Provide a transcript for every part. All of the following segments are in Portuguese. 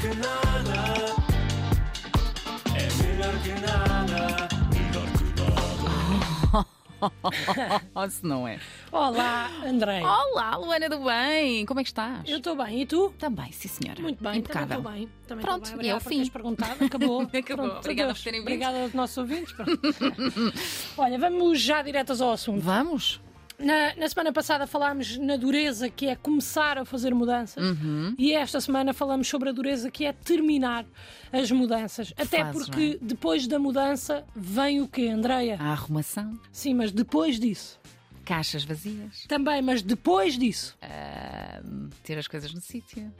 que nada. É melhor que nada. Melhor que nada. Oh, se não é. Olá, André. Olá, Luana do Bem. Como é que estás? Oh, Eu estou bem, e tu? Também, sim, senhora. Muito bem, Impecável. também estou bem. Também Pronto, estou bem. e Obrigada é o por fim. teres perguntado, acabou. Acabou. Pronto, Obrigada adeus. por terem vindo. Obrigada aos nossos ouvintes. Pronto. Olha, vamos já diretas ao assunto. Vamos? Na, na semana passada falámos na dureza que é começar a fazer mudanças Uhum. e esta semana falamos sobre a dureza que é terminar as mudanças. Até Fazes porque depois da mudança vem o quê, Andreia? A arrumação, Sim, mas depois disso. caixas vazias, Também, mas depois disso. É. ter as coisas no sítio.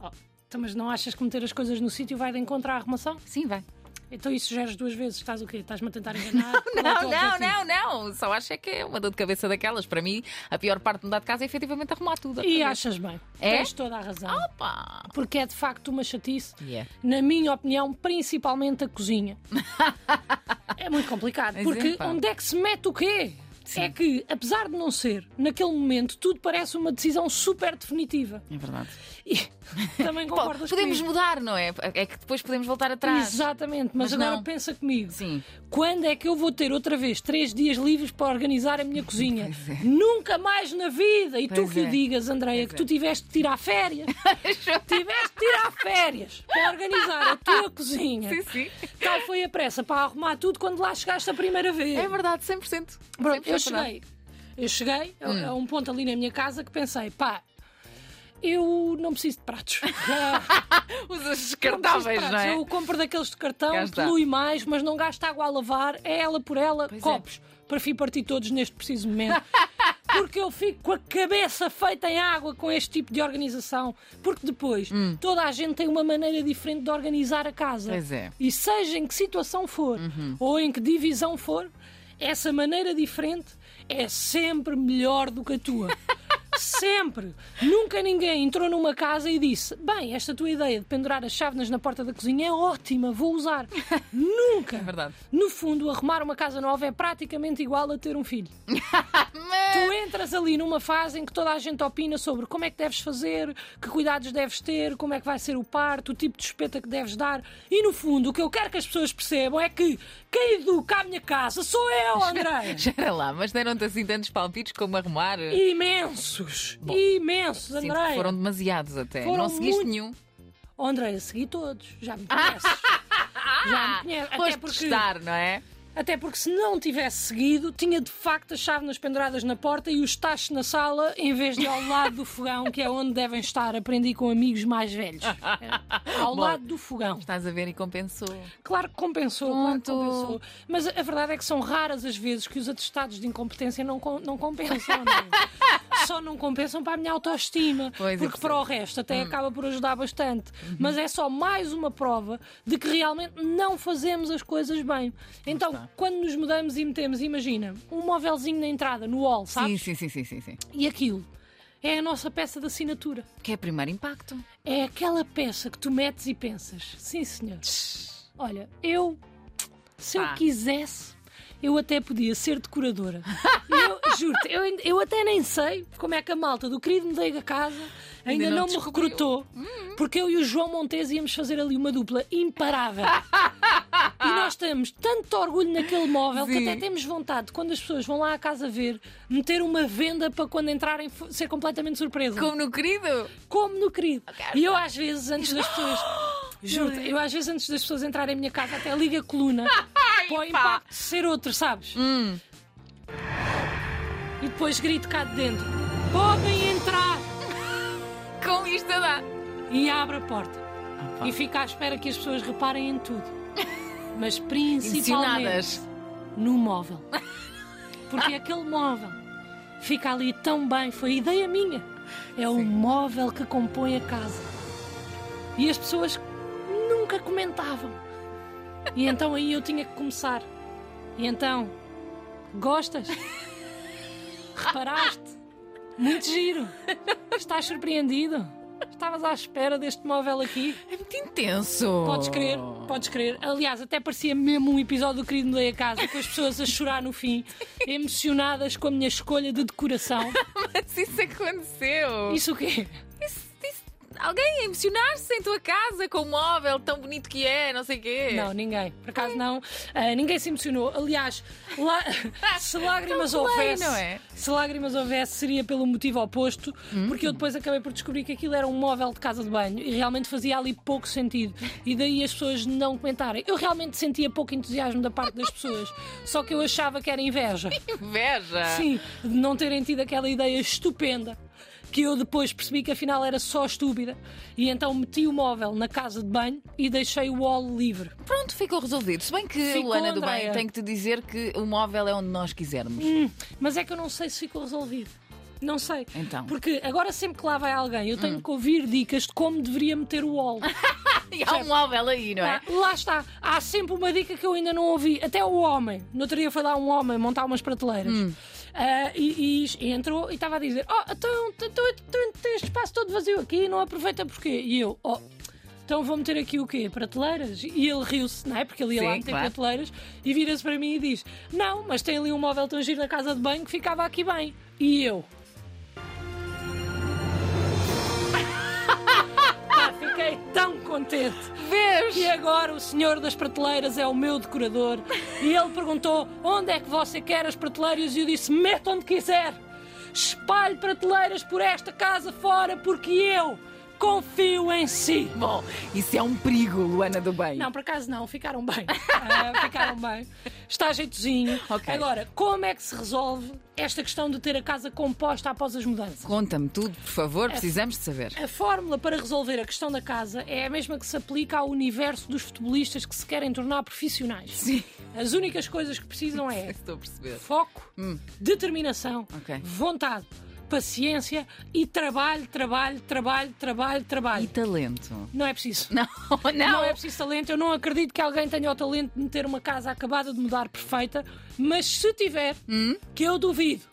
Oh, então, mas não achas que meter as coisas no sítio vai de encontro à arrumação? Sim, vai. Então isso geres duas vezes, estás o quê? Estás-me a tentar enganar? Qual é o Não, teu não, não, objetivo? não. Só acho é que é uma dor de cabeça daquelas. Para mim, a pior parte de mudar de casa é efetivamente arrumar tudo. E outra vez. achas bem. É? Tens toda a razão. Opa! Porque é de facto uma chatice. Yeah. Na minha opinião, principalmente a cozinha. é muito complicado. Pois Porque é, pá. onde é que se mete o quê? É que, apesar de não ser, naquele momento, tudo parece uma decisão super definitiva. É verdade. E também Pá, concordas podemos comigo? mudar, não é? É que depois podemos voltar atrás. Exatamente, Mas mas, agora não. pensa comigo. Sim. Quando é que eu vou ter outra vez três dias livres para organizar a minha cozinha? Nunca mais na vida! E é. Pois tu que é. o digas, Andreia, que tu tiveste de tirar férias. tiveste de tirar férias para organizar a tua cozinha. Sim, sim. Tal foi a pressa para arrumar tudo quando lá chegaste a primeira vez. É verdade, 100%. Pronto, 100% eu verdade. cheguei. Eu cheguei a- Hum. a um ponto ali na minha casa que pensei, pá, eu não preciso de pratos. Já- Os não preciso de descartáveis, não pratos. é? Eu compro daqueles de cartão, Cá está. polui mais, mas não gasto água a lavar, é ela por ela, Pois é. copos. Para fim partir todos neste preciso momento. Porque eu fico com a cabeça feita em água com este tipo de organização. Porque depois toda a gente tem uma maneira diferente de organizar a casa. Hum. Pois é. Uhum. E seja em que situação for, ou em que divisão for, essa maneira diferente é sempre melhor do que a tua. sempre! Nunca ninguém entrou numa casa e disse: Bem, esta tua ideia de pendurar as chávenas na porta da cozinha é ótima, vou usar. Nunca! É verdade. No fundo, arrumar uma casa nova é praticamente igual a ter um filho. Tu entras ali numa fase em que toda a gente opina sobre como é que deves fazer, que cuidados deves ter, como é que vai ser o parto, o tipo de espeta que deves dar. E no fundo, o que eu quero que as pessoas percebam é que quem educa a minha casa sou eu, André! Espera lá, mas deram-te assim tantos palpites como arrumar. Imensos! imensos, Sim, André! foram demasiados até. Foram não seguiste muito- nenhum. Oh, André, segui todos, já me conheces. já me conheces. Até Foste porque, testar, não é? até porque se não tivesse seguido, tinha de facto as chávenas penduradas na porta e os tachos na sala, em vez de ao lado do fogão, que é onde devem estar. Aprendi com amigos mais velhos. É, Ao Bom. lado do fogão. Estás a ver e compensou. Claro que compensou, claro que Pronto. compensou. Mas a a verdade é que são raras as vezes que os atestados de incompetência não, com- não compensam. não. Só não compensam para a minha autoestima. Pois, é eu porque percebo. para o resto Hum. até acaba por ajudar bastante. Uhum. Mas é só mais uma prova de que realmente não fazemos as coisas bem. Então, quando nos mudamos e metemos, imagina, um móvelzinho na entrada, no hall, Sim, sabes? sim, sim, sim, sim, sim. E aquilo é a nossa peça de assinatura. Que é primeiro impacto. É aquela peça que tu metes e pensas, sim senhor. Olha, eu se Pá. eu quisesse, eu até podia ser decoradora. eu juro-te, eu, ainda- eu até nem sei como é que a malta do querido Mudei a Casa ainda, Ainda não não, me descobriu. Hum. recrutou. Porque eu e o João Montes íamos fazer ali uma dupla imparável. e nós temos tanto orgulho naquele móvel Sim. que até temos vontade, quando as pessoas vão lá à casa ver, meter uma venda para quando entrarem fo- ser completamente surpresa Como no querido. como no querido. E eu às vezes, antes das pessoas. juro eu às vezes antes das pessoas entrarem em minha casa até ligo a coluna para o pá. impacto ser outro, sabes? E depois grito cá de dentro: podem entrar! Com isto a dar. E abro a porta. e fico à espera que as pessoas reparem em tudo. Mas principalmente Impressionadas. no móvel. Porque aquele móvel fica ali tão bem, foi ideia minha. É o móvel que compõe a casa. E as pessoas nunca comentavam. E então aí eu tinha que começar. E então, gostas? Reparaste? Muito giro. Estás surpreendido? Estavas à espera deste móvel aqui? É muito intenso. Podes crer, Oh. podes crer. Aliás, até parecia mesmo um episódio do Querido Mudei a Casa, com as pessoas a chorar no fim, emocionadas com a minha escolha de decoração. Mas isso aconteceu. Isso o quê? Isso- isso- alguém a emocionar-se em tua casa com o móvel tão bonito que é, não sei o quê. Não, ninguém. Por acaso não. Ah, ninguém se emocionou. Aliás, lá- se lágrimas Tão plain, houvesse, não é? Hum. se lágrimas houvesse, seria pelo motivo oposto, porque eu depois acabei por descobrir que aquilo era um móvel de casa de banho e realmente fazia ali pouco sentido. E daí as pessoas não comentarem. Eu realmente sentia pouco entusiasmo da parte das pessoas, só que eu achava que era inveja. Inveja. Sim, de não terem tido aquela ideia estupenda que eu depois percebi que afinal era só estúpida e então meti o móvel na casa de banho e deixei o wall livre. Pronto, ficou resolvido. Se bem que, Ficou, Luana do Bem, Andreia. tenho que te dizer que o móvel é onde nós quisermos. Mas é que eu não sei se ficou resolvido. Não sei. Então. Porque agora sempre que lá vai alguém, eu tenho que ouvir dicas de como deveria meter o wall. E há um móvel aí, não é? Ah, lá está. Há sempre uma dica que eu ainda não ouvi. Até o homem. No outro dia foi lá um homem montar umas prateleiras. Hum. Ah, e, e- e entrou e estava a dizer: Oh, então, então, então tens espaço todo vazio aqui e não aproveita porquê? E eu: Oh. Então vou meter aqui o quê? Prateleiras? E ele riu-se, não é? Porque ele ia lá Sim, meter claro. prateleiras e vira-se para mim e diz: Não, mas tem ali um móvel tão giro na casa de banho que ficava aqui bem. E eu. Pá, Fiquei tão contente. Vês? E agora o senhor das prateleiras é o meu decorador e ele perguntou onde é que você quer as prateleiras e eu disse meta onde quiser. Espalhe prateleiras por esta casa fora porque eu confio em si. Bom, isso é um perigo, Luana do Bem. Não, por acaso não, ficaram bem. Ah, ficaram bem. Está jeitozinho. Ok. Agora, como é que se resolve esta questão de ter a casa composta após as mudanças? Conta-me tudo, por favor, precisamos de saber. É A fórmula para resolver a questão da casa é a mesma que se aplica ao universo dos futebolistas que se querem tornar profissionais. Sim. As únicas coisas que precisam é Estou a perceber. foco, determinação, Hum. Ok. vontade, paciência e trabalho, trabalho, trabalho, trabalho, E trabalho. talento? Não é preciso. Não, não. Não é preciso talento. Eu não acredito que alguém tenha o talento de meter uma casa acabada de mudar perfeita, mas se tiver, Hum. que eu duvido.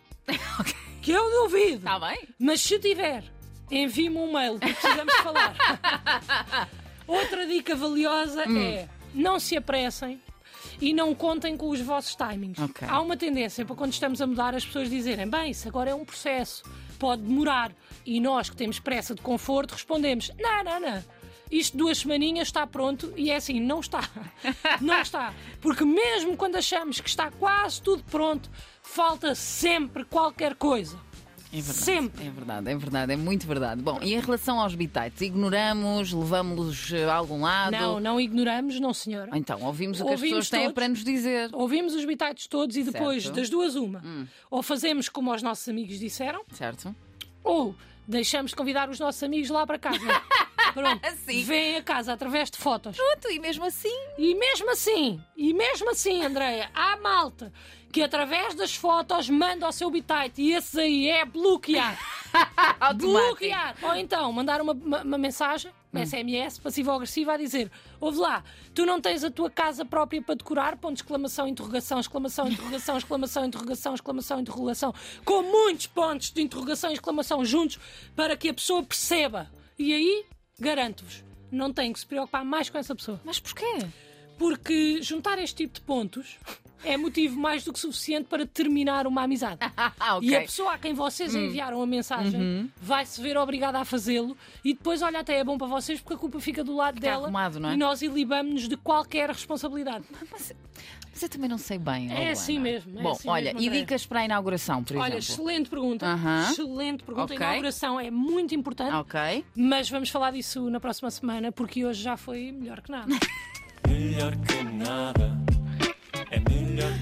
Que eu duvido. Está Tá bem? Mas se tiver, envie-me um mail, porque precisamos de falar. Outra dica valiosa Hum. é não se apressem e não contem com os vossos timings. Ok. Há uma tendência para quando estamos a mudar as pessoas dizerem bem, isso agora é um processo, pode demorar. E nós que temos pressa de conforto respondemos não, não, não. Isto duas semaninhas está pronto e é assim, não está. Não está. Porque mesmo quando achamos que está quase tudo pronto, falta sempre qualquer coisa. É verdade. Sempre. É verdade, é verdade, é muito verdade. Bom, e em relação aos bitites, ignoramos, levamos-los eh, a algum lado? Não, não ignoramos, não, senhora. Então, ouvimos o que as Ouvimos pessoas têm todos. para nos dizer. Ouvimos os bitites todos e depois, Certo. Hum. das duas, uma. Ou fazemos como os nossos amigos disseram, Certo? ou deixamos de convidar os nossos amigos lá para casa. Pronto, Sim. vêm a casa através de fotos. Pronto, e mesmo assim. E mesmo assim, e mesmo assim, Andreia, há malta que através das fotos manda o seu bitite e esse aí é bloquear. Automático. bloquear. Ou então mandar uma, uma- uma mensagem, uma SMS, passiva ou agressiva, a dizer: Ouve lá, tu não tens a tua casa própria para decorar? Ponto, de exclamação, interrogação, exclamação, interrogação, exclamação, interrogação, exclamação, interrogação. Com muitos pontos de interrogação e exclamação juntos para que a pessoa perceba. E aí, garanto-vos, não tem que se preocupar mais com essa pessoa. Mas porquê? Porque juntar este tipo de pontos é motivo mais do que suficiente para terminar uma amizade. Ah, ok. Hum. Uhum. E a pessoa a quem vocês enviaram a mensagem vai se ver obrigada a fazê-lo e depois, olha, até é bom para vocês porque a culpa fica do lado dela arrumado, não é? e nós ilibamos-nos de qualquer responsabilidade. Mas, mas eu também não sei bem. É Luana. assim mesmo, é Bom, assim olha, mesmo, e Andréia. dicas para a inauguração, por Olha, exemplo. excelente pergunta. Aham. Excelente pergunta. Ok. A inauguração é muito importante, Ok. mas vamos falar disso na próxima semana porque hoje já foi melhor que nada. Melhor que nada, é melhor